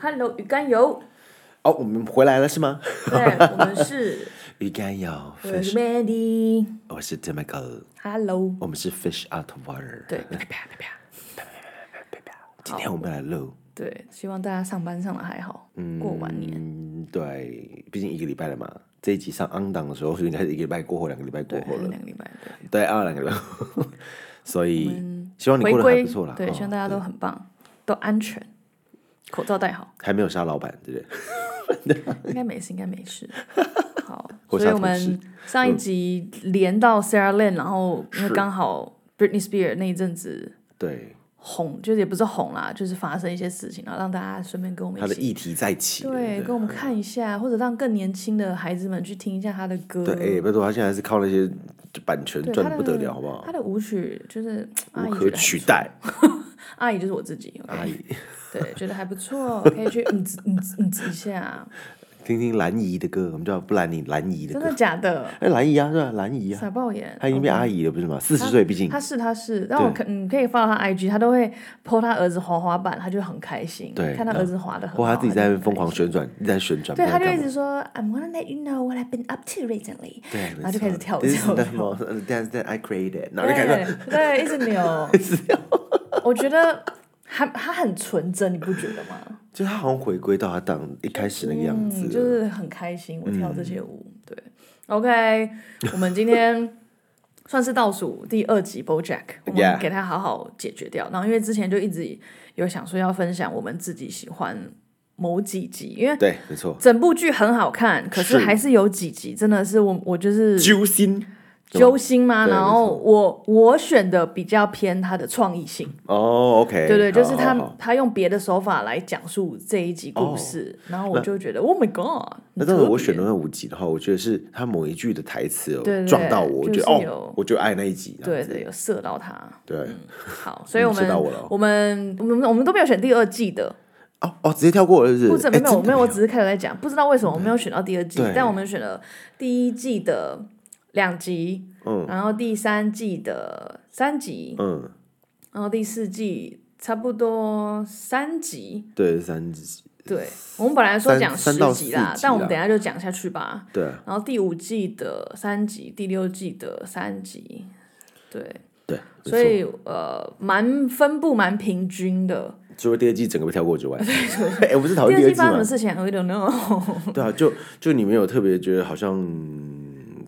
Hello，鱼肝 油，哦，我们回来了是吗？对，我们 是鱼肝油 r fish， m e d y 我是 t i m i c a l Hello，我们是 fish out of water。对，啪啪啪啪，今天我们来录，对，希望大家上班上的还好，过完年，嗯，对，毕竟一个礼拜了嘛。这一集上 on 档的时候，是应该是一个礼拜过后，两个礼拜过对，后还有了，两个礼拜，对，对，啊，两个礼拜 过后，所以希望你回过得还归不错啦。对，哦希望大家都很棒，都安全，口罩戴好，还没有杀老板，对不对？应该没事，应该没 事。好，或所以是他我们同上一集连到 Sarah Lynn，然后因为刚好 Britney Spears 那一阵子对，红，就是也不是红啦，就是发生一些事情，然后让大家顺便跟我们他一的起。议题再起了，对，嗯对跟我们看一下，或者让更年轻的孩子们去听一下他的歌。不对，对，哎，拜托，他现在是靠那些版权对，赚他的的不得了，好不好？他的舞曲就是阿姨无觉可得还取不错，代，阿姨就是我自己。OK，阿姨。对，觉得还不错，可以去嗯滋嗯滋嗯滋一下。听听兰姨的歌，我们叫布兰妮兰姨的真歌。的假的？哎，兰姨啊，是吧？兰姨啊，傻爆眼！哦她已经变阿姨了，不是吗？四十岁，毕竟他是他是，但我可你可以放到他 IG，他都会 po 他儿子滑滑板，他就很开心，对看他儿子滑的很好，或她自己在那边疯狂他旋转，一直在旋转。就很开心，对，他不就知道一干嘛直说 I'm gonna let you know what I've been up to recently，对，啊然后就开始跳舞这是跳舞 dance that I created，然后就开始对对，一直 扭，我觉得还他很纯真，你不觉得 吗？就她好像回归到她当一开始那个样嗯，就子。是很开心，我跳这嗯些舞，对，OK，我们今天。 算是倒数第二集 BoJack，我们 Yeah 给他好好解决掉。然后因为之前就一直有想说要分享我们自己喜欢某几集，因为对，没错，整部剧很好看，可是是还是有几集真的是我我就是揪心揪心嘛。对然没后我我选的比较偏它的创意性，哦，OK，哦对对，就是好他好好他用别的手法来讲述这一集故事，然后我就觉得 Oh my God！哦那当时我选的那五集的话，我觉得是他某一句的台词对对哦对撞到我，我觉得就是哦有，我就爱那一集。对对，有射到 他。对，好，所以嗯我射们到我了哦我们我们我们都没有选第二季的，哦哦，直接跳过了，是不不是是？没有哎没有，真的我只是开头在讲，不知道为什么我没有选到第二季嗯对，但我们选了第一季的两集，嗯，然后第三季的三集，嗯，然后第四季差不多三集。对，三集，对，我们本来说三讲十三到集啦，四集但我们啦等一下就讲下去吧。对啊然后第五季的三集，第六季的三集，对，对，没所以呃，蛮分布蛮平均的。错除了第二季整个被跳 过之外， 哎，我不是讨第论二第季二发生什么季事情？I don't know。 嘛？对啊，就就你没有特别觉得好像嗯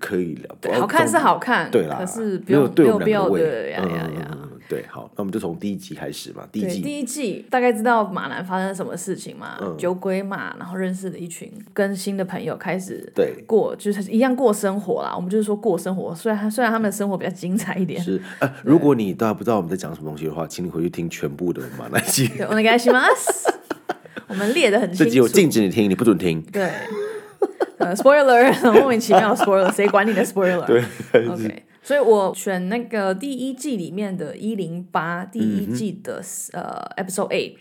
可以聊，对，不好看是好看，对啦，可是不没有用没对有我们必两要个胃，对呀嗯呀嗯呀。嗯嗯对，好，那我们就从第一集开始嘛，第一对，季，嗯第一季大概知道马兰发生什么事情嘛，酒鬼嘛，然后认识了一群跟新的朋友，开始对，过就是一样过生活啦。我们就是说过生活，虽然虽然他们的生活比较精彩一点，是呃，如果你大家不知道我们在讲什么东西的话，请你回去听全部的马来西对，我们该します。啊 我们列的很这清集我楚，禁止你听，你不准听，对，呃，spoiler，莫名 其妙 spoiler，谁管你的 spoiler？对，OK。所以我选那个第一季里面的一零八，第一季的、呃 episode eight，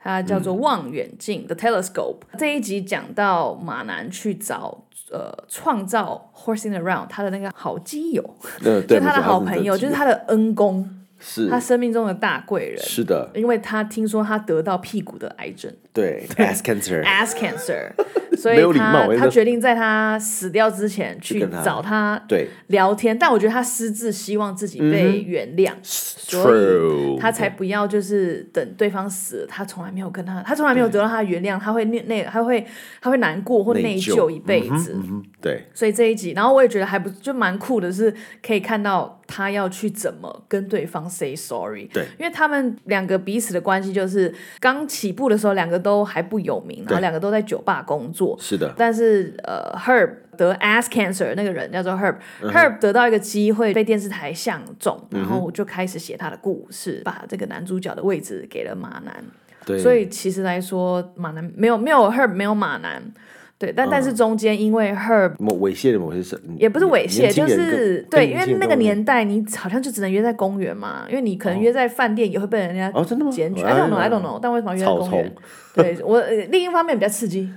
它叫做《望远镜》的 Telescope。这一集讲到马南去找呃创造 Horsing Around 他的那个好基友，呃，就对，是他的没错好朋友，就是他的恩公，是他生命中的大贵人。是的，因为他听说他得到屁股的癌症，对，ass cancer， ass cancer，所 没有以礼他貌我觉得他决定在他死掉之前去跟他找他对嗯聊天，但我觉得他私自希望自己被原谅，所以，true，他才不要就是等对方死了，他从来没有跟他，他从来没有得到他的原谅，他会内内他会他会难过或内内疚疚一辈子，嗯对，所以这一集，然后我也觉得还不就蛮酷的是，可以看到他要去怎么跟对方 say sorry。对，因为他们两个彼此的关系就是刚起步的时候，两个都还不有名，然后两个都在酒吧工作。是的，但是呃，Herb 得 ass cancer 那个人叫做嗯 Herb，Herb、得到一个机会被电视台相中，然后就开始写他的故事，把这个男主角的位置给了马南。对，所以其实来说，马南没有没有 Herb 没有马南，对，嗯但、但是中间因为 Herb 某猥亵的某些事，嗯也不是猥亵，年轻就人更是更对，因年为轻人那个更年代你好像就只能约在公园嘛，因为你可能约在饭店也会被人家哦真的吗检举我，I don't 还 know，I don't know，但为什么要约在草公园丛？对我呃另一方面比较刺激，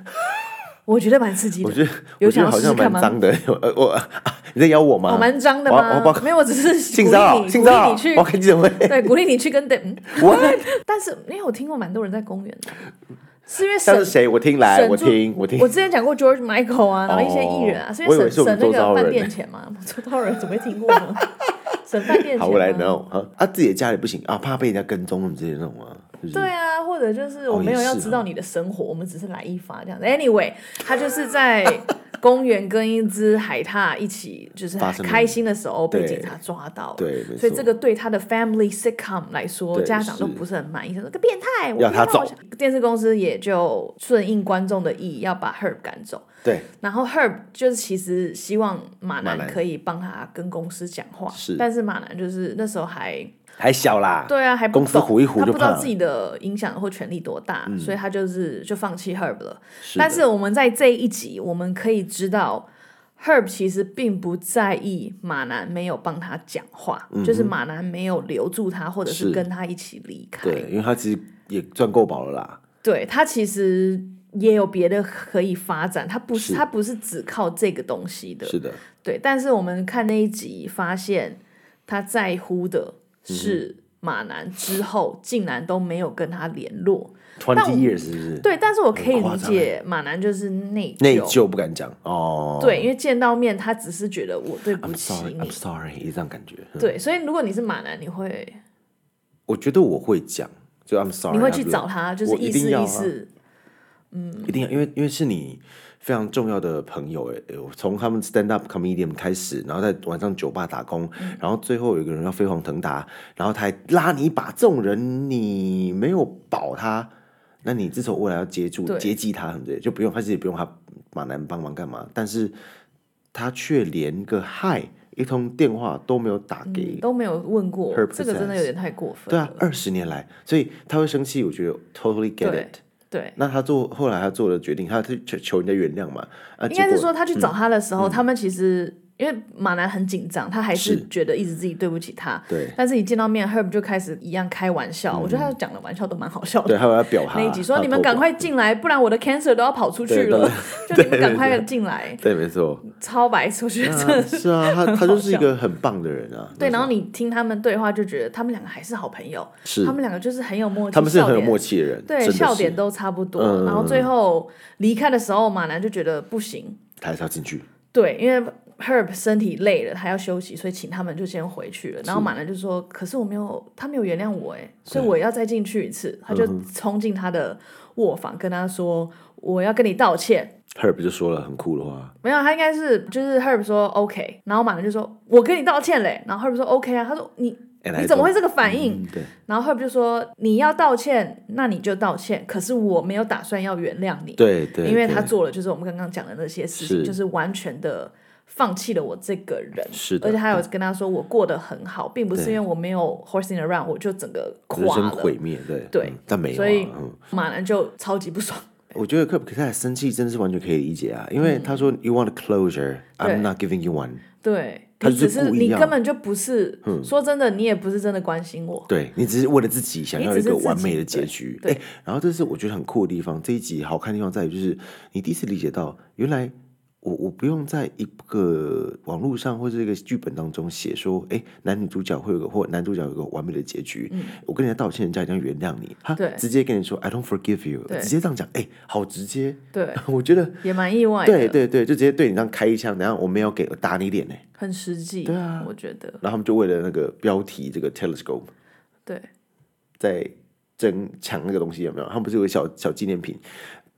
我觉得蛮刺激的， 我觉得有我觉想得要好试试像看蛮吗？脏的， 呃我啊你在邀我吗？我哦蛮脏的我要我要吗报？告没有，我只是 性鼓骚励扰，你，性鼓骚励扰，你去 我，要开记者会，对，鼓励你去跟对，嗯，我但是因为我听过蛮多人在公园的，是因为像是省谁？我听来，神我助听，我听我。之前讲过 George Michael 啊，然后一些艺人啊，哦是因为我以为省是我省们那周遭个人饭店钱嘛， 周遭人怎么会听过呢？ 省饭店钱、啊。好，我来 know 啊啊，自己的家里不行啊，怕被人家跟踪什么之类的那种啊，是不是？对啊，或者就是哦我没有也是要知道你的生活，我们只是来一发这样子。Anyway，他就是在公园跟一只海獭一起，就是发生了开心的时候被对警察抓到了。对没所以错这个对他的 family sitcom 来说，对家长都是不是很满意，说这个变态，我要不他我走想电视公司也就顺应观众的意，要把 Herb 赶走。对，然后 Herb 就是其实希望马马南南可以帮他跟公司讲话，是但是马南就是那时候还还小啦。对啊，还不公司懂糊一糊他就不知道怕了嗯自己的影响或权力多大，所以他就是就放弃 Herb 了。是的但是我们在这一集，我们可以知道，Herb 其实并不在意马南没有帮他讲话，就是马南没有留住他，或者是嗯是跟他一起离开。对，因为他其实也赚够饱了啦。对他其实也有别的可以发展，他不是是他不是只靠这个东西的。是的，对，但是我们看那一集发现，他在乎的嗯是马南之后竟然都没有跟他联络。 twenty years 是不是？对，但是我可以很夸理张欸解马南就是内内疚。疚不敢讲哦。对，因为见到面，他只是觉得我对不，I'm 起 sorry, 你 I'm。sorry，也是这样感觉。对，所以如果你是马南，你会我觉得我会讲，就 I'm sorry，你会 I'm 去 sorry 找他，就是啊我意一定思要啊意思。一定要，因为因为是你非常重要的朋友哎、欸，我从他们 stand up comedian 开始，然后在晚上酒吧打工，嗯然后最后有一个人要飞黄腾达，然后他还拉你一把，这种人你没有保他，那你至少未来要接住对接济他，对不对？就不用他自己不用他马男帮忙干嘛，但是他却连个嗨一通电话都没有打给嗯，都没有问过 Her，这个真的 presence 有点太过分对啊了。，二十年来，所以他会生气，我觉得 totally get 对 it。对，那他做后来他做的决定，他去求求人家原谅嘛？啊，应结该果嗯是说他去找他的时候，他们其实因为马南很紧张，他还是觉得一直自己对不起他。对嗯但是一见到面，Herb 就开始一样开玩笑，我觉得他讲的玩笑都蛮好笑的。对，还有要表他那一集说他你们偷赶表快进来，不然我的 cancer 都要跑出去对了， 就你们对赶快进来， 对，没错，超白痴，我觉得真的啊是啊， 他他就是一个很棒的人啊。嗯对。那然后你听他们对话，就觉得他们两个还是好朋友，是他们两个就是很有默契，他们是很笑有点默契的人，真对，的笑是点都差不多。嗯然后最后离开的时候，马南就觉得不行，他还是要进去，对，因为 Herb 身体累了，他要休息，所以请他们就先回去了。然后马南就说：“可是我没有，他没有原谅我，哎，所以我要再进去一次。”他就冲进他的卧房，跟他说：“我要跟你道歉。 Herb 就说了很酷的话，”没有，他应该是就是 Herb 说 OK，然后马南就说：“我跟你道歉嘞。”然后 Herb 说：“OK 啊。”他说：“你 And I 你怎么 don't- 会这个反应？”嗯对，然后 Herb 就说：“你要道歉，那你就道歉。可是我没有打算要原谅你。”对对，因为他对做了就是我们刚刚讲的那些事情，是就是完全的放弃了我这个人。是的嗯而且还有跟他说我过得很好，并不是因为我没有 horsing around，我就整个人垮生了。毁灭，对对嗯但没有所以啊，嗯。 马南就超级不爽，我觉得 Herb 可是他的生气真的是完全可以理解啊，因为他说 You want closure, 嗯对 I'm not giving you one。对 他你就是只是故意你要嗯根本就不是，说真的，你也不是真的关心我。对你只是为了自己想你要只一是个自完己美的结对局。对诶然后这是我觉得很酷的地方。这一集好看的地方在于，就是你第一次理解到，原来我我不用在一个网络上或者一个剧本当中写说，哎，男女主角会有个或男主角有个完美的结局。我跟人家道歉，人家一定要原谅你。嗯他对直接跟你说 I don't forgive you，对直接这样讲，哎，好直接。 对，我觉得。也蛮意外的，对对对，就直接对你这样开一枪，然后我没有给我打你脸呢，很实际，对啊我觉得然后他们就为了那个标题这个 telescope，对。在争抢那个东西有没有？他们不是有个小小纪念品？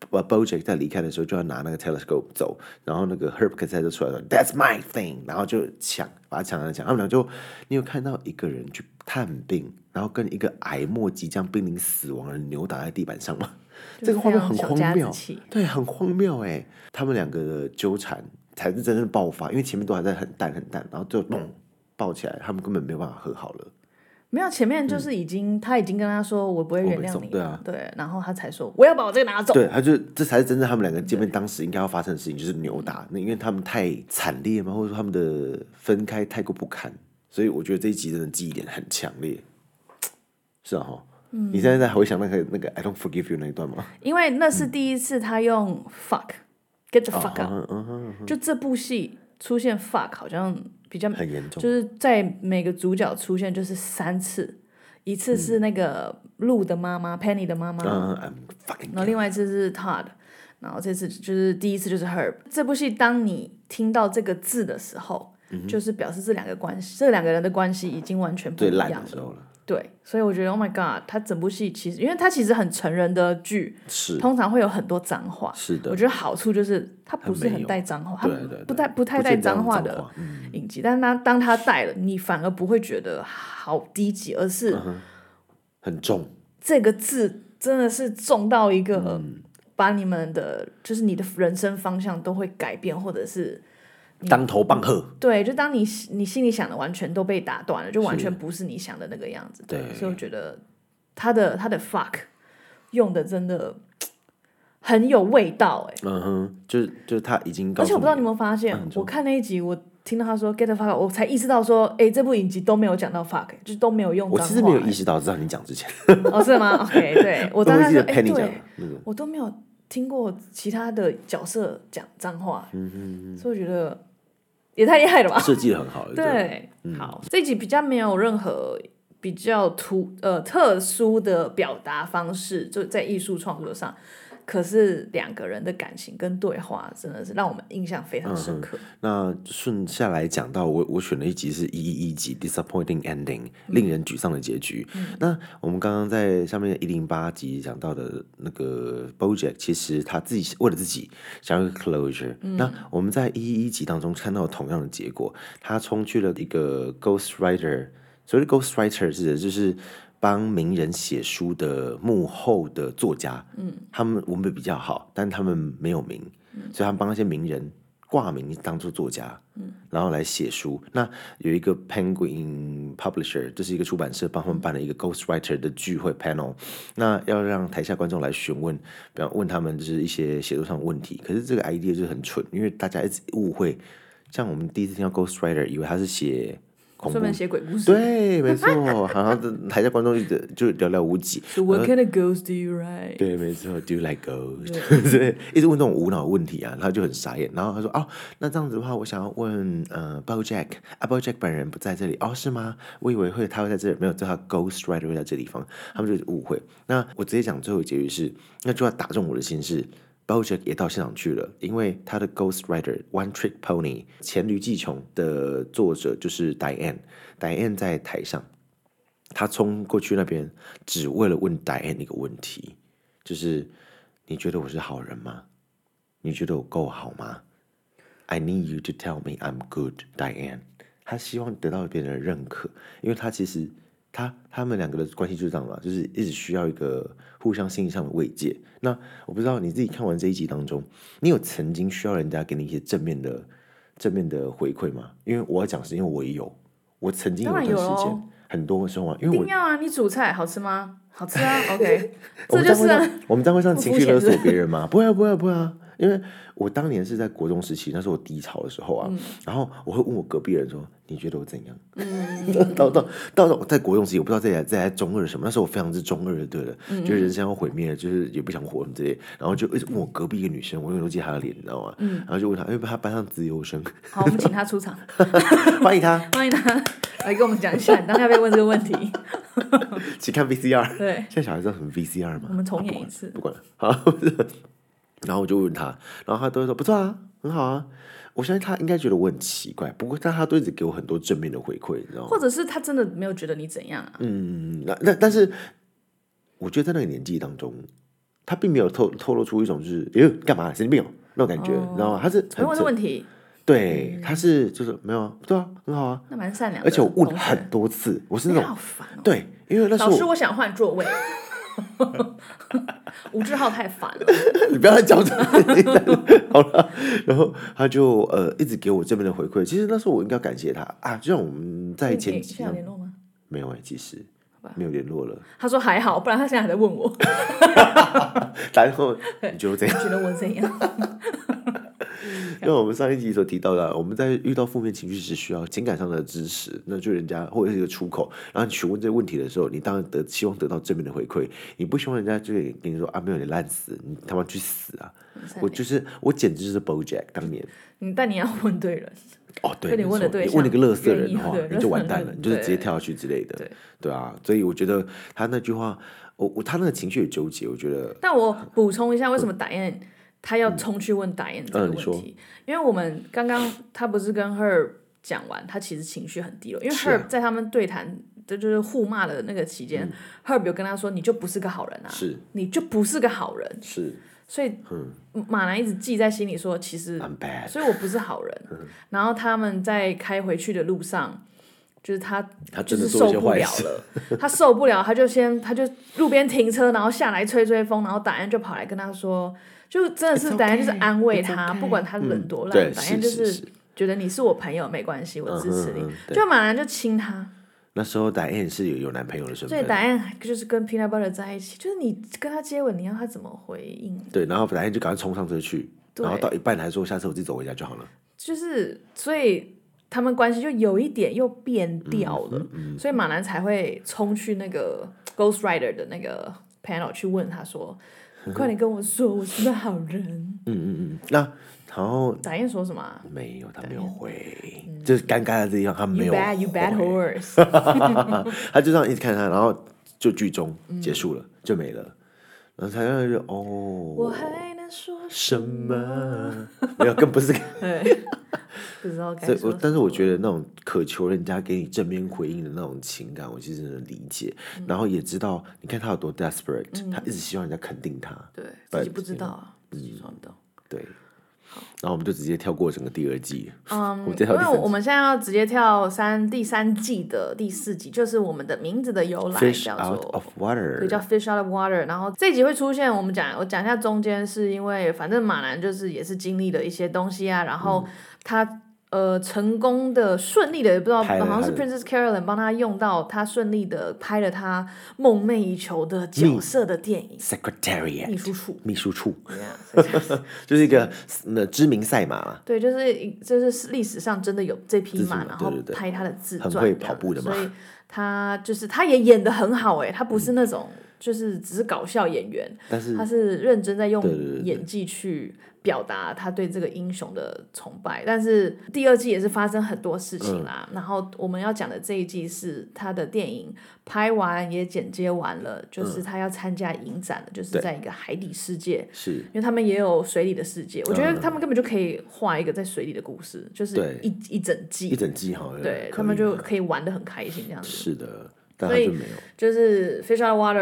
把 Bojack 在离开的时候就要拿那个 telescope 走，然后那个 Herb k a s e 就出来了，That's my thing，然后就抢，把它抢来抢。他们俩就，你有看到一个人去探病，然后跟一个癌末即将濒临死亡的人扭打在地板上吗？就这个画非面常很小荒家子谬气，对，很荒谬哎、他们两个的纠缠才是真正的爆发，因为前面都还在很淡很淡，然后就嘣爆起来，他们根本没有办法和好了。没有，前面就是已经、他已经跟他说我不会我原嗯没谅送你，对啊对，然后他才说我要把我这个拿走，对，他就这才是真正他们两个见面当时应该要发生的事情，就是扭打。那因为他们太惨烈嘛，或者说他们的分开太过不堪，所以我觉得这一集真的记忆点很强烈。是啊哈，嗯你现在在回想那个那个 I don't forgive you 那一段吗？因为那是第一次他用 fuck、get the fuck out，、嗯嗯嗯，就这部戏出现 fuck 好像比较，很严重就。是在每个主角出现就是三次，一次是那个鹿的妈妈、Penny 的妈妈，嗯，I'm fucking 然后另外一次是 Todd，然后这次就是第一次就是 Herb。这部戏当你听到这个字的时候，嗯就是表示这两个关系，这两个人的关系已经完全不最一烂样的时候了，对，所以我觉得 Oh my God，他整部戏其实，因为他其实很成人的剧，是通常会有很多脏话。是的我，觉得好处就是它不是它没很有带脏话，它对对对不太不太不带见这样脏话的的脏话嗯影集，但是它当它带了，你反而不会觉得好低级，而是嗯很重，这个字真的是重到一个嗯把你们的，就是你的人生方向都会改变，或者是嗯当头棒喝，对，就当你你心里想的完全都被打断了，就完全不是你想的那个样子。对所以我觉得他的他的 fuck 用的真的很有味道哎、嗯哼，就是就是他已经告而且诉我不知道你你有没有发现，我看那一集，我听到他说 get the fuck，out，我才意识到说，哎、这部影集都没有讲到 fuck，就是都没有用我脏其实没有话欸意识到，直到你讲之前，哦，是吗？OK，对 我我当都时记说，得哎、 Penny 讲对的，那个我都没有听过其他的角色讲脏话，嗯所以我觉得也太厉害了吧？设计的很好，对嗯不对对，好，这一集比较没有任何比较突呃特殊的表达方式，就在艺术创作上。可是两个人的感情跟对话，真的是让我们印象非常深嗯刻。那顺下来讲到我，我选了一集是一一一集，disappointing ending，令人沮丧的结局。那我们刚刚在上面一零八集讲到的那个 BoJack，其实他自己为了自己想要一个 closure、那我们在一一一集当中看到同样的结果，他冲去了一个 ghost writer，所谓的 ghost writer 是指的就是。帮名人写书的幕后的作家，嗯，他们文笔比较好，但他们没有名，所以他们帮那些名人挂名当做作家，嗯，然后来写书。那有一个 Penguin Publisher，这是一个出版社帮他们办了一个 Ghostwriter 的聚会 panel，那要让台下观众来询问，比方问他们就是一些写作上的问题。可是这个 idea 就是很蠢，因为大家一直误会，像我们第一次听到 Ghostwriter，以为他是写恐怖专门写鬼故事。对，没错，好像台下观众就就寥寥无几。 So what kind of ghost do you write？对，没错，Do you like ghost？对， 一直问这种无脑问题啊，然后就很傻眼。然后他说：“哦，那这样子的话，我想要问呃，BoJack 啊，BoJack 本人不在这里哦，是吗？我以为会他会在这里，没有，这他 Ghost Rider 会在这地方，他们就误会。那我直接讲最后结局是，那就要打中我的心是。” BoJack 也到现场去了，因为他的 Ghost Rider One Trick Pony《黔驴技穷》的作者就是 Diane，Diane 在台上，他冲过去那边只为了问 Diane 一个问题，就是你觉得我是好人吗？你觉得我够好吗？I need you to tell me I'm good, Diane。他希望得到别人的认可，因为他其实他他们两个的关系就是这样嘛，就是一直需要一个互相心理上的慰藉。那我不知道你自己看完这一集当中，你有曾经需要人家给你一些正面的正面的回馈吗？因为我要讲是因为我也有，我曾经有一段当然有时咯间很多时候啊，因一为我定要啊！你煮菜好吃吗？好吃啊 ，OK，我这们就是这样会啊让我们这样会让不情肤绪浅勒是索别人吗？不会啊，不会啊，不会啊！因为我当年是在国中时期，那是我低潮的时候啊，嗯然后我会问我隔壁人说：“你觉得我怎样？”嗯 到到到到，在国中时期，我不知道在在中二什么，那时候我非常之中二的，对了，嗯觉得人生要毁灭了，就是也不想活什么之类，然后就一直问我隔壁一个女生，我永远都记得她的脸，你知道吗？嗯然后就问她，因为她班上自由生， 好，我们请他出场，欢迎她，欢迎他来跟我们讲一下你当下被问这个问题。请看 VCR。对，现在小孩子很 VCR 吗？我们重演一次。不管 了。好，然后我就问他，然后他都会说不错啊，很好啊。我相信他应该觉得我很奇怪，不过但他都一直给我很多正面的回馈，你知道吗？或者是他真的没有觉得你怎样啊？嗯，那那但是我觉得在那个年纪当中，他并没有透透露出一种就是哎呦干嘛神经病哦那种感觉，你知道吗？他是没很问这问题，对，他是就是没有啊，对啊，很好啊。那蛮善良的。而且我问同学很多次，我是你那好种烦哦。对，因为那时老候师，我想换 座位。吴志浩太烦了， 你不要再讲这个，好了。然后他就呃一直给我正面的回馈。其实那时候我应该感谢他啊，就像我们在你前你几现在有联络吗？没有哎、其实吧没有联络了。他说还好，不然他现在还在问我，然后你觉得 怎样？觉得我怎 样？因为我们上一集所提到的，我们在遇到负面情绪时需要情感上的支持，那就人家或者是一个出口。然后你询问这个问题的时候，你当然得希望得到正面的回馈，你不希望人家就给你说啊，没有你烂死，你他嗯妈去死啊！我就是我简直就是 BoJack 当年。你但你要问对人，哦，对，被你没问的错对你问了象个乐色愿人意的话 对，你垃就圾完人蛋了，你就是直接对跳下去之类的，对啊，所以我觉得他那句话，我我他那个情绪也纠结，我觉得但我补充一下，为什么 Diane 他要冲去问 Diane 这个问嗯你说题？因为我们刚刚他不是跟 Her 讲完，他其实情绪很低落，因为是啊嗯 Her 在他们对谈，这就是互骂的那个期间、h e r 有跟他说：“你就不是个好人啊，是你就不是个好人。是”所以嗯马男一直记在心里说，其实 I'm bad，所以我不是好人。嗯然后他们在开回去的路上，就是他他就真的是做受一些不坏了事，了，他受不了，他就先他就路边停车，然后下来吹吹风，然后打安就跑来跟他说，就真的是 It's 打安就是 okay, 安慰 it's 他， okay 不管他人多烂，嗯对，打安就是是觉得你是我朋友没关系，我支持嗯哼你嗯，对就马兰就亲他， 那时候 Diane 是有有男朋友的身所以份，打安就是跟 Peanut Butter 在一起，就是你跟他接吻，你让他怎么回应？对，然后 Diane 就赶快冲上车去，对然后到一半还说下次我自己走回家就好了，就是所以他们关系就有一点又变嗯掉了，所以马兰才会冲去那个 Ghost Rider 的那个 panel 去问他说：“你快点跟我说，我是不是好人嗯那然后？”打燕说什么啊没有，他没有回，就是尴尬的地方他没嗯？You 有 bad, you bad 回 horse。他就这样一直看他，然后就剧终嗯结束了，就没了。然后他就说：“哦，我还能说什么？ 没有，更 不是。对，不知道该所哎说以什我么。但是我觉得那种渴求人家给你正面回应的那种情感，我其实能理解，嗯然后也知道，你看他有多 desperate，、他一直希望人家肯定他。对自己不知道啊，自嗯己装懂。对，然后我们就直接跳过整个第二季，我们再嗯因跳第为三我们现在要直接跳三第三季的第四集，就是我们的名字的由来季，Fish 叫 out 做 of 对，叫 water， Fish Out of Water。然后这集会出现，我们讲我讲一下中间，是因为反正马兰就是也是经历了一些东西啊，然嗯后他、呃成功的顺利的，也不知道拍了好像是他 Princess Carolyn 帮他用到，他顺利的拍了他梦寐以求的角色的电影 secretariat 秘书 处。秘书处， Yeah，就是一个那知名赛马 啦，对，就是一就是历史上真的有这匹马，自己嘛然后对对对拍他的自传很这样子，会跑步的嘛所 以他就是他也演的很好哎、他不嗯是那种、就是只是搞笑演员，但是他是认真在用对对对对演技去表达他对这个英雄的崇拜。但是第二季也是发生很多事情啦。嗯然后我们要讲的这一季是他的电影拍完也剪接完了，就是他要参加影展了，就是嗯对在一个海底世界。是因为他们也有水里的世界，我觉得他们根本就可以画一个在水里的故事，就是嗯对一一整季一，整季好像对可他们以就可以玩的很开心这样子。是的，但他所以就没有。就是《Fish Out of Water》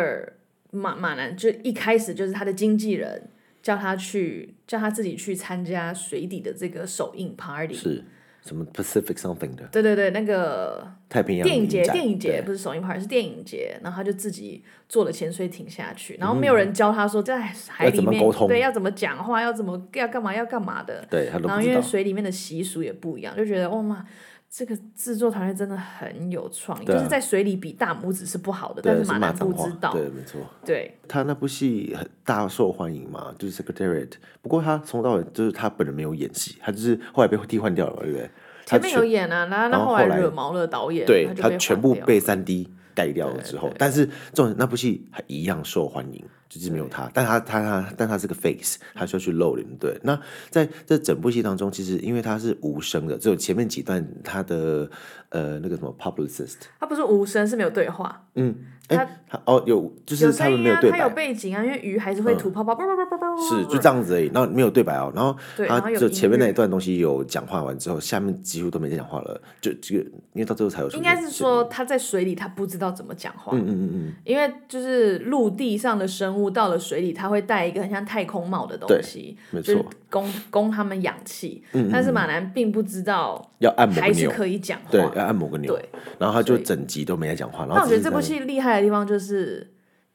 马马南就一开始就是他的经纪人叫他去叫他自己去参加水底的这个首映 party。是什么 Pacific something 的对对对，那个太平洋电影节，展电影节对不是首映 party，是电影节。然后他就自己坐了潜水艇下去，然后没有人教他说在海嗯要怎里么面沟通对要怎么讲话，要怎么要干嘛要干嘛的。对他都然后不因知为道，水里面的习俗也不一样，就觉得哇妈，这个制作团队真的很有创意，对啊就是在水里比大拇指是不好的，但对马骂南脏不话知，道，对，没错。对他那部戏很大受欢迎嘛，就是 Secretariat。不过他从头到尾就是他本人没有演戏，他就是后来被替换掉了嘛，对不对？他前面有全演啊，然后然那后后来后来惹毛了导演，对就被他换全部掉被三 D 盖掉了之后，但是重点那部戏还一样受欢迎，就是没有他，但他他他但他是个 face，他需要去露脸。对，那在这整部戏当中，其实因为他是无声的，只有前面几段他的呃那个什么 publicist，他不是无声，是没有对话，哎，他哦有，就是有他声们没音有啊，对它有白，背景啊，因为鱼还是会吐泡泡，啵啵啵啵啵啵是就这样子而已。然后没有对白哦，然后嗯对然后他有就音前面那乐一段东西有讲话完之后，下面几乎都没再讲话了，就这个因为到最后才有出应现。该是说他在水里他不知道怎么讲话，嗯嗯嗯，因为就是陆地上的生物到了水里，它会戴一个很像太空帽的东西，对没就是错供供他们氧气。但是马兰并不知道要按某个还是钮，可以讲话。对，要按某个钮对，然后他就所以整集都没在讲话。然但后我只觉是得这部在嗯戏厉害的地方就是，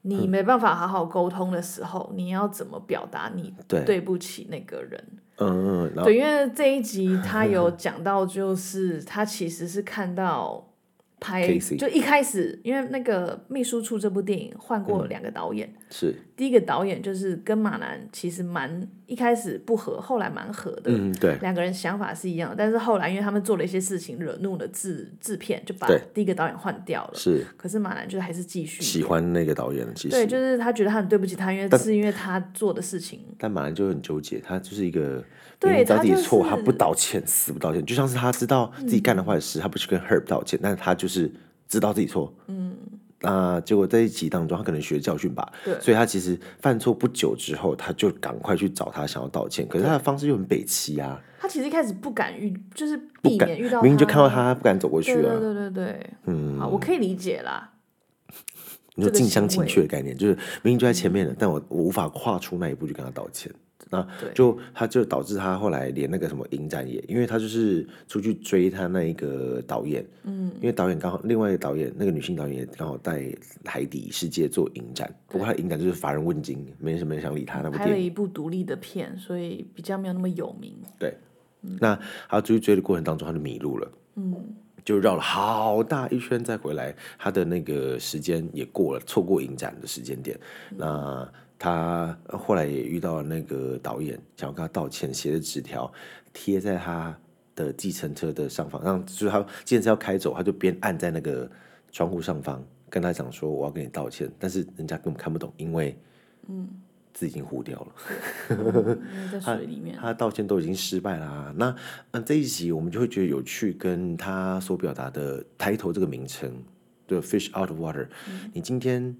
你没办法好好沟通的时候，你要怎么表达你对对不起那个人？那嗯嗯，嗯然后对，因为这一 集他有讲到，就是他其实是看到拍， Casey 就一开始，因为那个秘书嗯处这部电影换过两个导演，是第一个导演就是跟马南其实蛮一开始不合，后来蛮合的。嗯，对，两个人想法是一样的，但是后来因为他们做了一些事情，惹怒了制制片，就把对第一个导演换掉了。是可是马兰就还是继续喜欢那个导演，其嗯实对，就是他觉得他很对不起他，因为是因为他做的事情。但马兰就很纠结，他就是一个对明明知道自己他就是嗯错，他不道歉，死不道歉。就像是他知道自己干了坏事，他不去跟 Herb 道歉，但是他就是知道自己错。嗯，那、结果在一集当中，他可能学教训吧，对所以他其实犯错不久之后，他就赶快去找他想要道歉，可是他的方式又很北齐啊，他其实一开始不敢遇，就是不避敢，免遇明到明就看到他。他，他不敢走过去哦对对啊。对对对，嗯，好，我可以理解啦。你说这个近乡行情为嗯怯的概念，就是明明就在前面了，但我我无法跨出那一步去跟他道歉。那对就他就导致他后来连那个什么影展也，因为他就是出去追他那一个导演，嗯，因为导演刚好另外一个导演那个女性导演也刚好在海底世界做影展，不过他影展就是乏人问津，没什么人想理他那部拍电了影。一部独立的片，所以比较没有那么有名。对，那他出去追的过程当中他就迷路了，嗯，就绕了好大一圈再回来，他的那个时间也过了，错过影展的时间点，那。他后来也遇到了那个导演，想要跟他道歉，写的纸条贴在他的计程车的上方，让就是他计程车要开走，他就边按在那个窗户上方，跟他讲说我要跟你道歉，但是人家根本看不懂，因为嗯字已经糊掉了。因为在水里面，他道歉都已经失败啦、那嗯、呃这一集我们就会觉得有趣，跟他所表达的抬头这个名称，对，fish out of water、你今天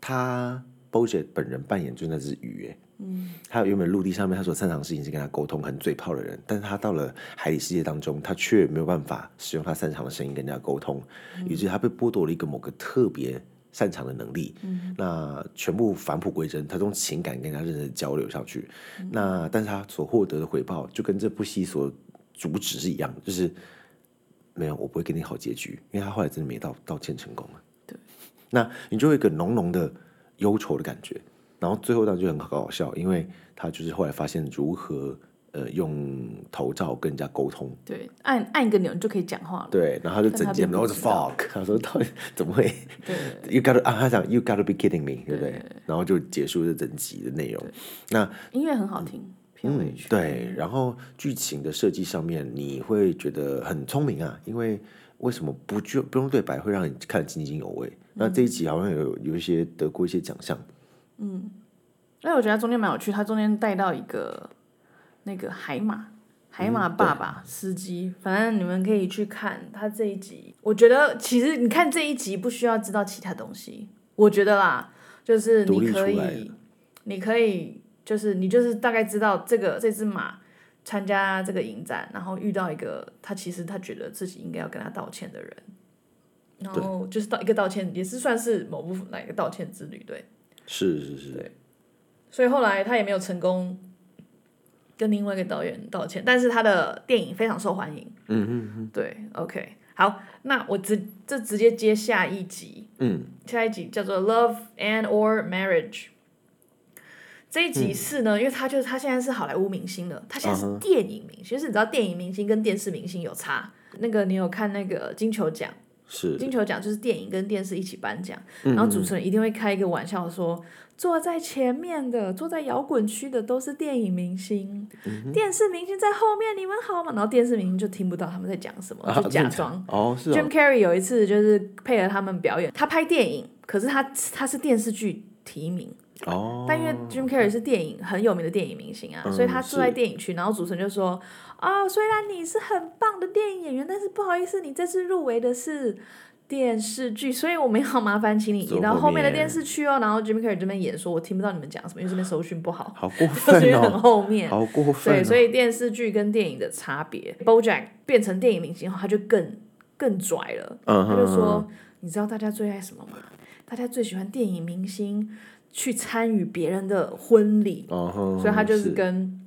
他 BoJack 本人扮演就是那只鱼、欸，嗯，他原本陆地上面他所擅长的事情是跟他沟通，很嘴炮的人，但是他到了海底世界当中，他却没有办法使用他擅长的声音跟人家沟通，以至于他被剥夺了一个某个特别。擅长的能力，那全部返璞归真，他用情感跟人家认真地交流下去，那但是他所获得的回报就跟这部戏所主旨是一样的，就是没有，我不会给你好结局，因为他后来真的没道道歉成功了。对，那你就会有一个浓浓的忧愁的感觉，然后最后当然就很搞笑，因为他就是后来发现如何呃用头罩跟人家沟通。对，按按一个钮你就可以讲话了。对，然后他就整间，但他然并后不是知道 fuck，他说到底怎么会对， ？You gotta 啊，他讲 You gotta be kidding me，对不对？然后就结束这整集的内容。那音乐很好听，片尾曲。嗯对，然后剧情的设计上面，你会觉得很聪明啊，因为为什么不就不用对白，会让你看得津津有味？那这一集好像有有一些得过一些奖项，但我觉得它中间蛮有趣，它中间带到一个那个海马，海马嗯爸爸、司机，反正你们可以去看他这一集。我觉得其实你看这一集不需要知道其他东西，我觉得啦，就是独你可立出来以，你可以就是你就是大概知道这个这只马。参加这个影展，然后遇到一个他其实他觉得自己应该要跟他道歉的人，然后就是到一个道歉，也是算是某部分哪一个道歉之旅，对。是是是，所以后来他也没有成功跟另外一个导演道歉，但是他的电影非常受欢迎。嗯嗯嗯，对，OK，好，那我直这直接接下一集，嗯，下一集叫做《Love and or Marriage》。这一集是呢，因为他就是他现在是好莱坞明星了，他现在是电影明星，就是你知道电影明星跟电视明星有差。那个你有看那个金球奖？是嗯金球奖就是电影跟电视一起颁奖，然后主持人一定会开一个玩笑说，坐在前面的、坐在摇滚区的都是电影明星，嗯电视明星在后面，你们好吗？然后电视明星就听不到他们在讲什么，啊就真假的装。 哦，是 Jim 哦， Carrey 有一次就是配合他们表演，他拍电影，可是他他是电视剧提名，哦，嗯但因为 Jim Carrey 是电影很有名的电影明星啊，所以他坐在是电影区，然后主持人就说：“哦，虽然你是很棒的电影演员，但是不好意思，你这次入围的是电视剧，所以我们要麻烦请 你移坐到后后面的面电视区哦。”然后 Jim Carrey 这边演说：“我听不到你们讲什么，因为这边搜讯不好， 好过搜分讯很哦，后面。”好过分、对，哦，所以以电视剧跟电影的差别，BoJack 变成电影明星后，他就更更拽了。嗯他就说：“你知道大家最爱什么吗？大家最喜欢电影明星去参与别人的婚礼。”哦哼，所以他嗯就是跟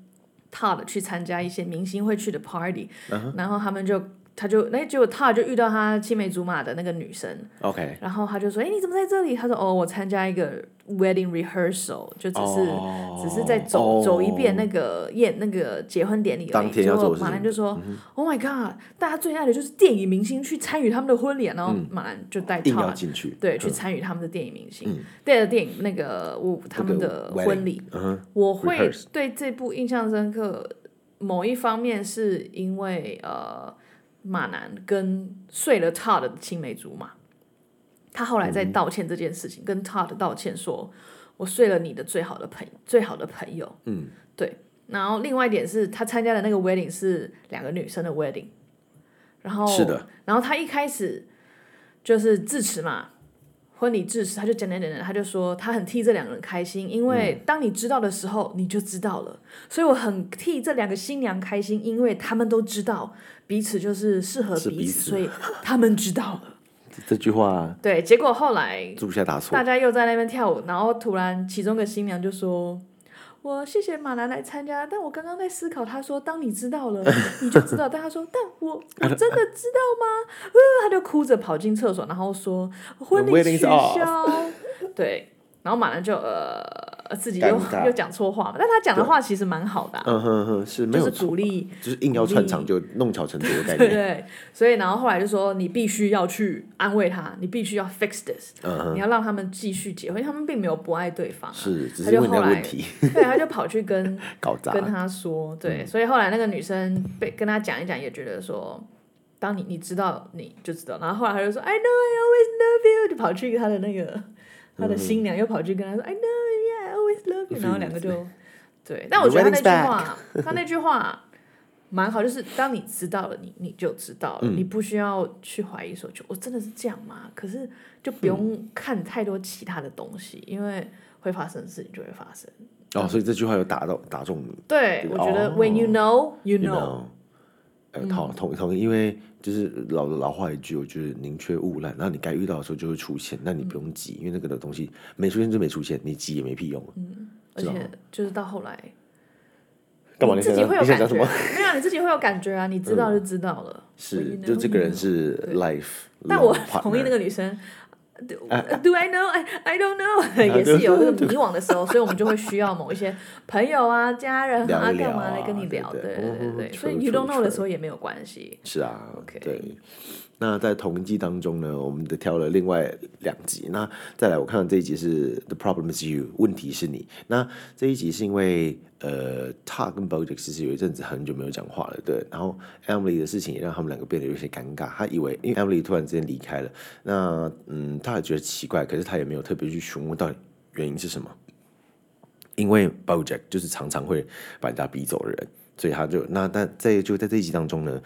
Todd 去参加一些明星会去的 party，、然后他们就他就那结果他就遇到他青梅竹马的那个女生， OK，然后他就说：“哎，你怎么在这里？”他说：“哦，我参加一个 wedding rehearsal，就只是、哦只是在走、哦走一遍那个宴那个结婚典礼而已。”当天要结做果的事马情嗯兰就说、o h my god！大家最爱的就是电影明星去参与他们的婚礼，啊然后马兰就带嗯硬要 Todd、进去，嗯对去参与他们的电影明星，带着电影那个我他们的婚礼。嗯哼，我会 rehearse 对这部印象深刻，某一方面是因为呃，马南跟睡了 Todd 的青梅竹马，他后嗯来在道歉这件事情，跟 Todd 道歉说，我睡了你的最好的朋最好的朋友，嗯，对。然后另外一点是他参加的那个 wedding 是两个女生的 wedding，然后是的，然后他一开始就是致辞嘛，婚礼致辞，他就讲讲讲讲，他就说他很替这两个人开心，因嗯为当你知道的时候，你就知道了。所以我很替这两个新娘开心，因为他们都知道彼此就是适合是彼彼此，此所以他们知道 了。这这句话对，结果后来注下大错大，家又在那边跳舞，然后突然其中一个新娘就说。我谢谢马兰来参加，但我刚刚在思考，他说：“当你知道 了，你就知道。”但他说：“但我我真的知道吗？”呃，他就哭着跑进厕所，然后说：“婚 The 礼 wedding 取 is off 消。”对，然后马兰就呃自 己又尴尬又讲错话嘛，但他讲的话其实蛮好的啊、嗯哼哼，是没就有是错，鼓励，就是硬要串场就弄巧成拙的 概对念，对。所以然后后来就说：“你必须要去安慰他，你必须要 fix this，、嗯哼，你要让他们继续结婚，因为他们并没有不爱对方、啊。”是，只他是就问人后家来问题对，他就跑去跟搞砸跟，他说，对，所以后来那个女生被跟他讲一讲，也觉得说，当你你知道你就知道，然后后来他就说 I know I always love you，就跑去他的那个他的新娘又跑去跟他说、I know yeah I always love you，然后两个就对，但我觉得他那 wedding's 句话， 他那句话。蛮好，就是当你知道了，你你就知道了，你不需要去怀疑说，就我真的是这样吗？可是就不用看太多其他的东西，因为会发生的事情就会发生。哦，所以这句话有打到打中你对，我觉得哦 when you know, you ，you know。嗯 know，呃，同同同意，因为就是老老话一句，我觉得宁缺毋滥，然后你该遇到的时候就会出现，那你嗯不用急，因为那个的东西没出现就没出现，你急也没屁用，而知道且就是到后来，干嘛？你你自想己会有你想感觉，讲什么？ 没有啊，你自己会有感觉啊，你知道就知道了。When 嗯是 you，know, 就这个 you 人 know 是 life，但我 partner 啊同意那个女生。Do, 呃 do I know? I I don't know 。也是有这个迷惘的时候，所以我们就会需要某一些朋友啊、家人啊、聊一聊干啊嘛来跟你聊。对对对对对哦对， true，所以 you don't true， know 的 true 时候也没有关系。是啊 OK 对。那在同一季当中呢，我们的挑了另外两集。那再来，我看到这一集是《The Problem Is You》，问题是你。那这一集是因为呃，Todd 跟 Bojack 其实有一阵子很久没有讲话了，对。然后 Emily 的事情也让他们两个变得有些尴尬。他以为因为 Emily 突然之间离开了，那嗯，他也觉得奇怪，可是他也没有特别去询问到底原因是什么。因为 Bojack 就是常常会把人家逼走的人，所以他就那但在就在这一集当中呢，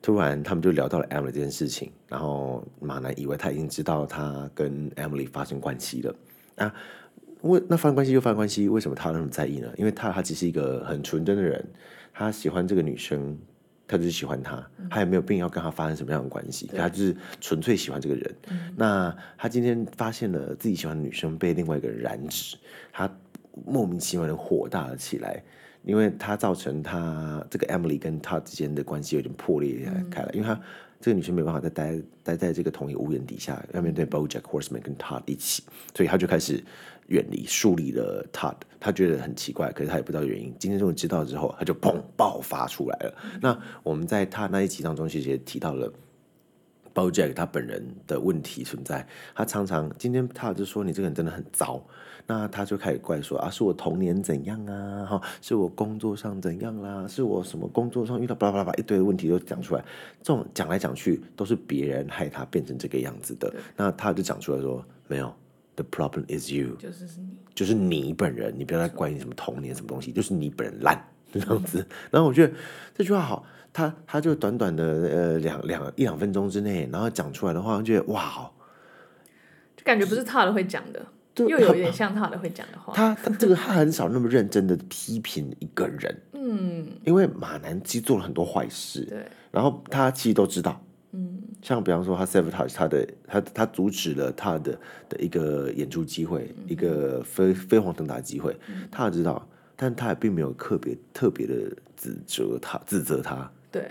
突然他们就聊到了 Emily 这件事情，然后马南以为他已经知道他跟 Emily 发生关系了，啊，为那发生关系就发生关系，为什么他那么在意呢？因为他他只是一个很纯真的人，他喜欢这个女生，他就是喜欢她，他也没有必要跟她发生什么样的关系，他就是纯粹喜欢这个人。那他今天发现了自己喜欢的女生被另外一个人染指，他莫名其妙的火大了起来。因为他造成他这个 Emily 跟他之间的关系有点破裂开来，因为他这个女生没办法再待待在这个同一个屋檐底下，要面对 BoJack Horseman 跟 Todd 一起，所以他就开始远离，树立了 Todd。他觉得很奇怪，可是他也不知道原因。今天终于知道之后，他就砰爆发出来了。那我们在他那一集当中，其实也提到了。BoJack 他本人的问题存在，他常常今天他就说你这个人真的很糟，那他就开始怪说啊，是我童年怎样啊，哈，是我工作上怎样啦、是我什么工作上遇到巴拉巴拉巴拉一堆问题都讲出来，这种讲来讲去都是别人害他变成这个样子的。那他就讲出来说，没有，the problem is you，就是你就是你本人，你不要再怪你什么童年什么东西，就是你本人烂就这样子。然后我觉得这句话好，他他就短短的呃两两一两分钟之内，然后讲出来的话，我觉得哇，哦就感觉不是 Todd 会讲的，对又 有点像 Todd 会讲的话。他他这个他很少那么认真的批评一个人，嗯，因为马南其实做了很多坏事，对，然后他其实都知道，嗯，像比方说他 sabotage 他的他他阻止了他的的一个演出机会，一个飞飞黄腾达的机会，他知道，但他也并没有特别特别的指责他指责他，对，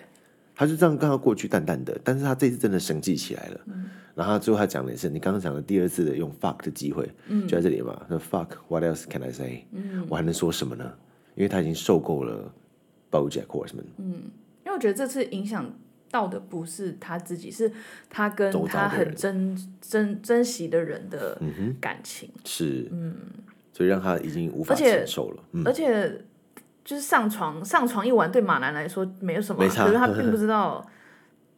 他就这样跟他过去淡淡的，但是他这次真的生气起来了。嗯然后他最后他讲的也是你刚刚讲的第二次的用 fuck 的机会，嗯就在这里嘛。那 fuck what else can I say？、我还能说什么呢？因为他已经受够了 BoJack Horseman，嗯因为我觉得这次影响到的不是他自己，是他跟周遭的他很人嗯珍珍珍惜的人的感情，是，所以让他已经无嗯法而且承受了。嗯，而且就是上床上床一晚对马男来说没有什么啊，没差可 是他并不知道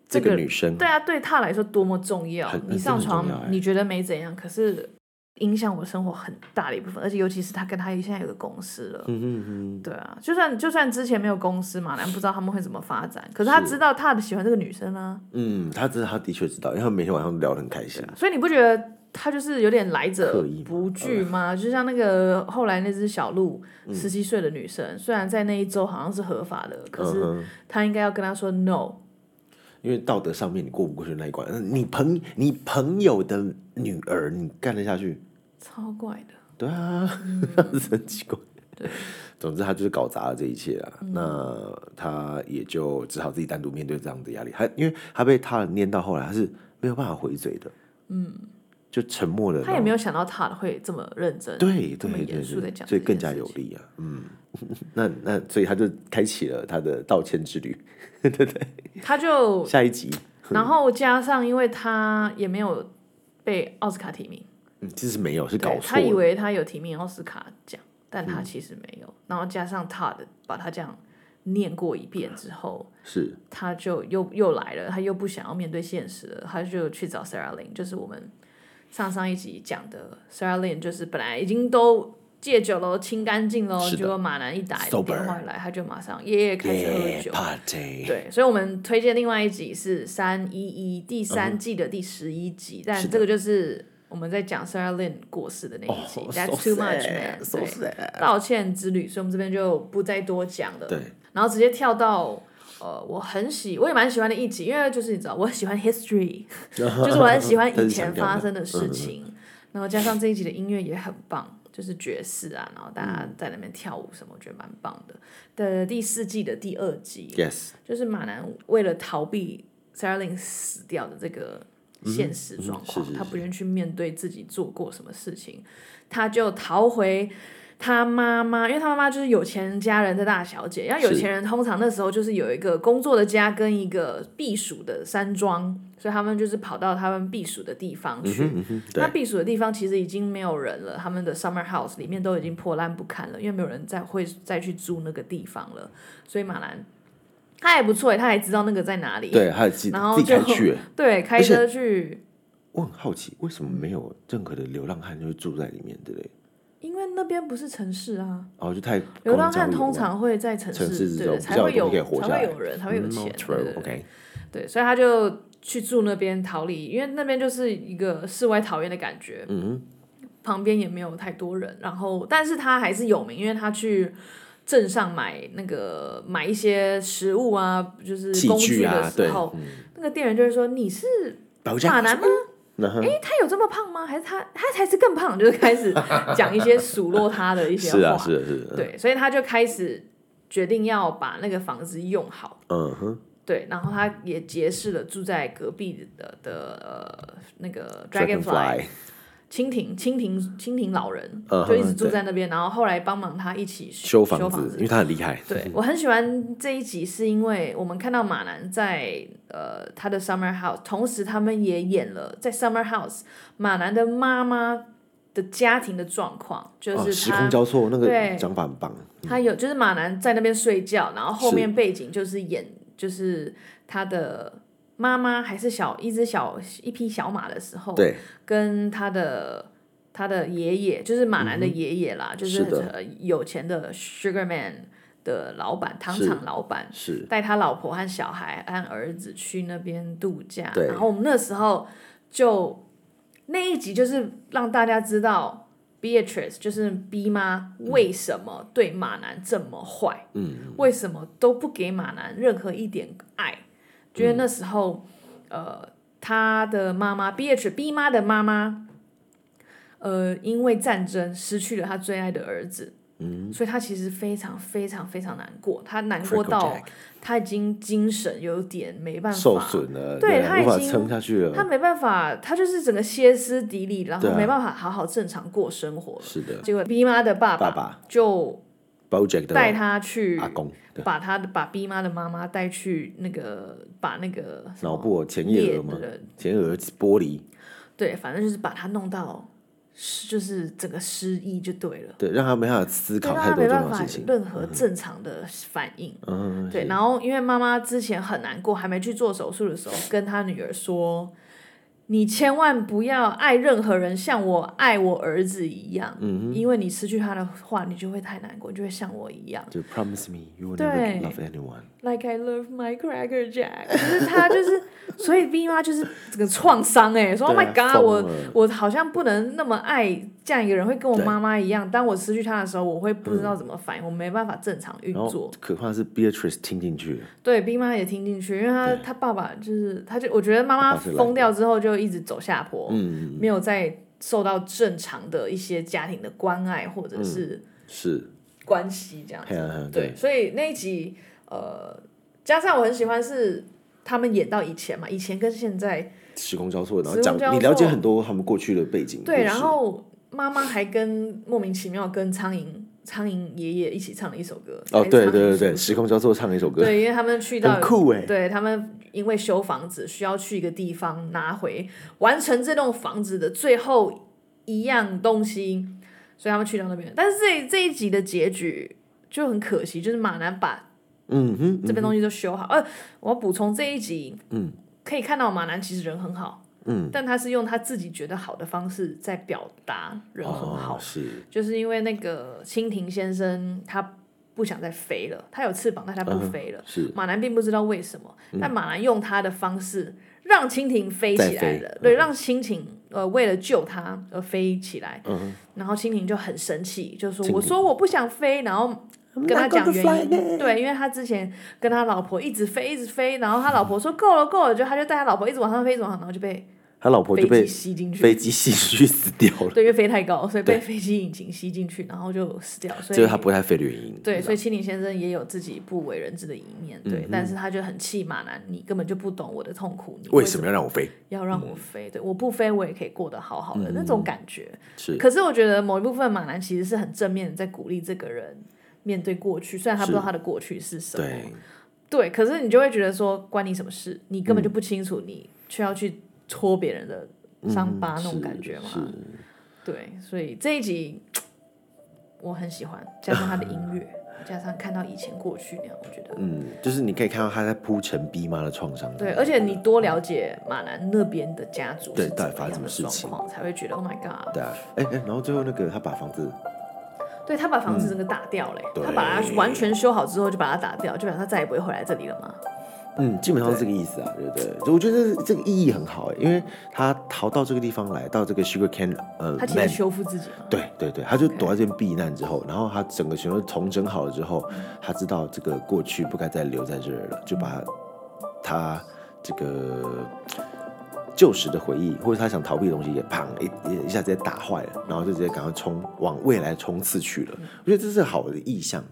这这个个女生对啊，对他来说多么重要很。你上床真的很重要欸你觉得没怎样，可是影响我生活很大的一部分，而且尤其是他跟他现在有个公司了。嗯嗯嗯。对啊，就算就算之前没有公司嘛，男不知道他们会怎么发展，可是他是知道他喜欢这个女生啊，嗯，他知道，他的确知道，因为他们每天晚上聊得很开心。所以你不觉得？他就是有点来者刻意吗嗯不拒吗？就像那个后来那只小鹿，十七岁的女生，虽然在那一周好像是合法的，可是嗯哼，他应该要跟他说 no，因为道德上面你过不过去那一关，那你朋你朋友的女儿，你干得下去？超怪的。对啊，是很奇怪。总之他就是搞砸了这一切啊，嗯那他也就只好自己单独面对这样的压力。他因为他被他人念到后来，他是没有办法回嘴的，嗯，就沉默了。他也没有想到他会这么认真，呃对这对么对严肃地对，讲所以这更件加事有情力啊，嗯， 那那所以他就开启了他的道歉之旅。他就下一集，然后加上，因为他也没有被奥斯卡提名，嗯，其实没有是搞对错他以了，嗯为他有提名奥斯卡奖，但他其实没有。然后加上 Todd 把他这样念过一遍之后，是他就又又来了，他又不想要面对现实了，他就去找 Sarah Lynn，就是我们上上一集讲的 Sarah Lynn，就是本来已经都。戒酒喽，清干净喽，是的结果马男一打 Sober 电话来，他就马上耶耶开始喝酒 Yeah, party，对，所以我们推荐另外一集是三一一第嗯三季的第十一集，但这个就是我们在讲 Sarah Lynn 过世的那一集、哦 t h a t s so too much sad, man， so 对 sad 道歉之旅，所以我们这边就不再多讲了。对，然后直接跳到。呃，我很喜，我也蛮喜欢的一集，因为就是你知道，我很喜欢 history，就是我很喜欢以前发生的事嗯情，然后加上这一集的音乐也很棒，就是爵士啊，然后大嗯家在那边跳舞什么，我觉得蛮棒的。的第四季的第二集， ，yes，就是马男为了逃避 Sarah Lynn 死掉的这个现实状况，嗯是是他不愿意去面对自己做过什么事情，他就逃回他妈妈，因为他妈妈就是有钱人家人的大小姐，然后有是钱人通常那时候就是有一个工作的家跟一个避暑的山庄，所以他们就是跑到他们避暑的地方去。嗯哼，对那，避暑的地方其实已经没有人了，他们的 summer house 里面都已经破烂不堪了，因为没有人再会再去租那个地方了。所以马兰他还不错耶，欸他还知道那个在哪里，对，还有自己然后自己就开去。对，开车去，我很好奇，为什么没有任何的流浪汉就会住在里面之类的？因为那边不是城市啊，哦，就太流浪汉公通共交流了常会在城城市之对中对，比才较会有有东西可以活下才来会有人，才会有钱，嗯对对对 true，OK，对，所以他就去住那边逃离，因为那边就是一个世外桃源的感觉，嗯旁边也没有太多人，然后但是他还是有名，因为他去镇上买那个买一些食物啊，就是器工具具的啊，时对，候，那个店员就会说你是保马家，男吗？然后哎、他有这么胖吗？还是他他才是更胖？就是开 始讲一些数落他的一些话，是啊，是啊，是啊，对，所以他就开始决定要把那个房子用好。嗯哼，对，然后他也结识了住在隔壁的的、呃、那个 dragonfly Dragonfly 蜻蜓蜻蜓蜻蜓老人嗯就一直嗯住对在那边，然后后来帮忙他一起修房房子，因为他很厉害， 对，我很喜欢这一集，是因为我们看到马男在呃他的 Summer House，同时他们也演了在 Summer House 马男的妈妈的家庭的状况，就哦，是时他、空交错那对个讲法很棒，他有就是马男在那边睡觉，然后后面背景就是演就是他的妈妈还是小一只小一匹小马的时候，对，跟他的他的爷爷，就是马男的爷爷啦，就是嗯是的呃有钱的 Sugar Man 的老板，糖是厂老板，是带他老婆和小孩和儿子去那边度假。对然后我们那时候就那一集就是让大家知道 Beatrice 就是 B 妈为什么对马男这么坏，嗯，为什么都不给马男任何一点爱？觉得那时候，呃，他的妈妈 Beatrice B 妈的妈妈。呃，因为战争失去了他最爱的儿子，嗯，所以他其实非常非常非常难过，他难过到 Crackle Jack 他已经精神有点没办法受损了，对啊他已无法经撑下去他了。没办法，他就是整个歇斯底里，然后对啊没办法好好正常过生活了。是的结果 B 妈的爸爸爸就，BoJack 带的他去阿公对把他的把 B 妈的妈妈带去那个把那个脑部前叶额吗？人前额剥离，对，反正就是把他弄到失就是整个失忆就对了，对，让他没办法思对考让太他多没重办要法的事有情。任何正常的反应。嗯，对，是然后因为妈妈之前很难过，还没去做手术的时候，跟她女儿说：“你千万不要爱任何人像我爱我儿子一样，嗯因为你失去他的话，你就会太难过，你就会像我一样就 Promise me you will 对 never love anyone。 ，like I love my cracker jack。”就是 她就是，所以 B 妈就是这个创伤哎、说 “Oh 对 my 啊 god，疯我了我好像不能那么爱这样一个人，会跟我对嗯妈妈一样，当我失去他的时候，我会不知道怎么反应，我没办法正常运然作后。可怕是 Beatrice 听进去了，对，兵妈也听进去，因为他他爸爸就是，他就我觉得妈妈爸爸是懒疯掉之后就一直走下坡，嗯，没有再受到正常的一些家庭的关爱或者是是，关系这样子。嗯嘿啊嘿啊对，，所以那一集呃，加上我很喜欢是他们演到以前嘛，以前跟现在时空交错，然后时空讲交你了解错很多他们过去的背嗯景故事。对，然后妈妈还跟莫名其妙跟苍蝇苍蝇爷爷一起哎唱了一首歌。哦，还是对苍蝇对对叔对，时空交错唱了一首歌，对，因为他们去到很酷哎。对他们，因为修房子需要去一个地方拿回完成这栋房子的最后一样东西，所以他们去到那边。但是这这一集的结局就很可惜，就是马南把嗯哼，这边东西都修好。呃，我要补充这一集，嗯，可以看到马南其实人很好，嗯，但他是用他自己觉得好的方式在表达人很好，哦，是，就是因为那个蜻蜓先生他不想再飞了，他有翅膀，但他不飞了。是马南并不知道为什么，但马南用他的方式让蜻蜓飞起嗯再来飞嗯了，对，让蜻蜓呃为了救他而飞起来，然后蜻蜓就很生气，就说嗯蜻蜓我说我不想飞，然后。跟他讲原因，对，因为他之前跟他老婆一直飞，一直飞，然后他老婆说够了，够了，就他就带他老婆一直往上飞，一直往上，然后就被他老婆飞就机被吸进去，飞机吸进去死掉了，对，因为飞太高，所以被飞机引擎吸进去，然后就死掉。所这是以他不太飞的原因。对，所以以青林先生也有自己不为人知的一面，对，但是他就很气马男，你根本就不懂我的痛苦，你为什什么要让我飞？要让我飞？对，我不飞我也可以过得好好的、那种感觉。是可是我觉得某一部分马男其实是很正面的，在鼓励这个人面对过去，虽然他不知道他的过去是什么，对，对，可是你就会觉得说关你什么事？你根本就不清楚，你却要去戳别人的伤嗯疤、那种感觉嘛。对，所以这一集我很喜欢，加上他的音乐，加上看到以前过去那样，我觉得、嗯，就是你可以看到他在铺陈逼妈的创伤。对。而且你多了解马南那边的家族对是到怎底发么生样的什么事状情况，才会觉得 Oh my God！对啊，哎哎，然后最后那个他把房子对他把房子整个打掉嘞、嗯对他把它完全修好之后就把它打掉，就表示他再也不会回来这里了嘛。嗯，基本上是这个意思啊，对不对？我觉得这个意义很好、欸，因为他逃到这个地方来，到这个 Sugar Can 呃他其实 Man，修复自己嘛。对对对，他就躲在这边避难之后，然后他整个全都重整好了之后，他知道这个过去不该再留在这儿了，就把他这个旧时的回忆或者他想逃避的东西给砰一嗯一下子给打坏了，然后就直接赶快冲往未来冲刺去了。我觉得这是好的意向，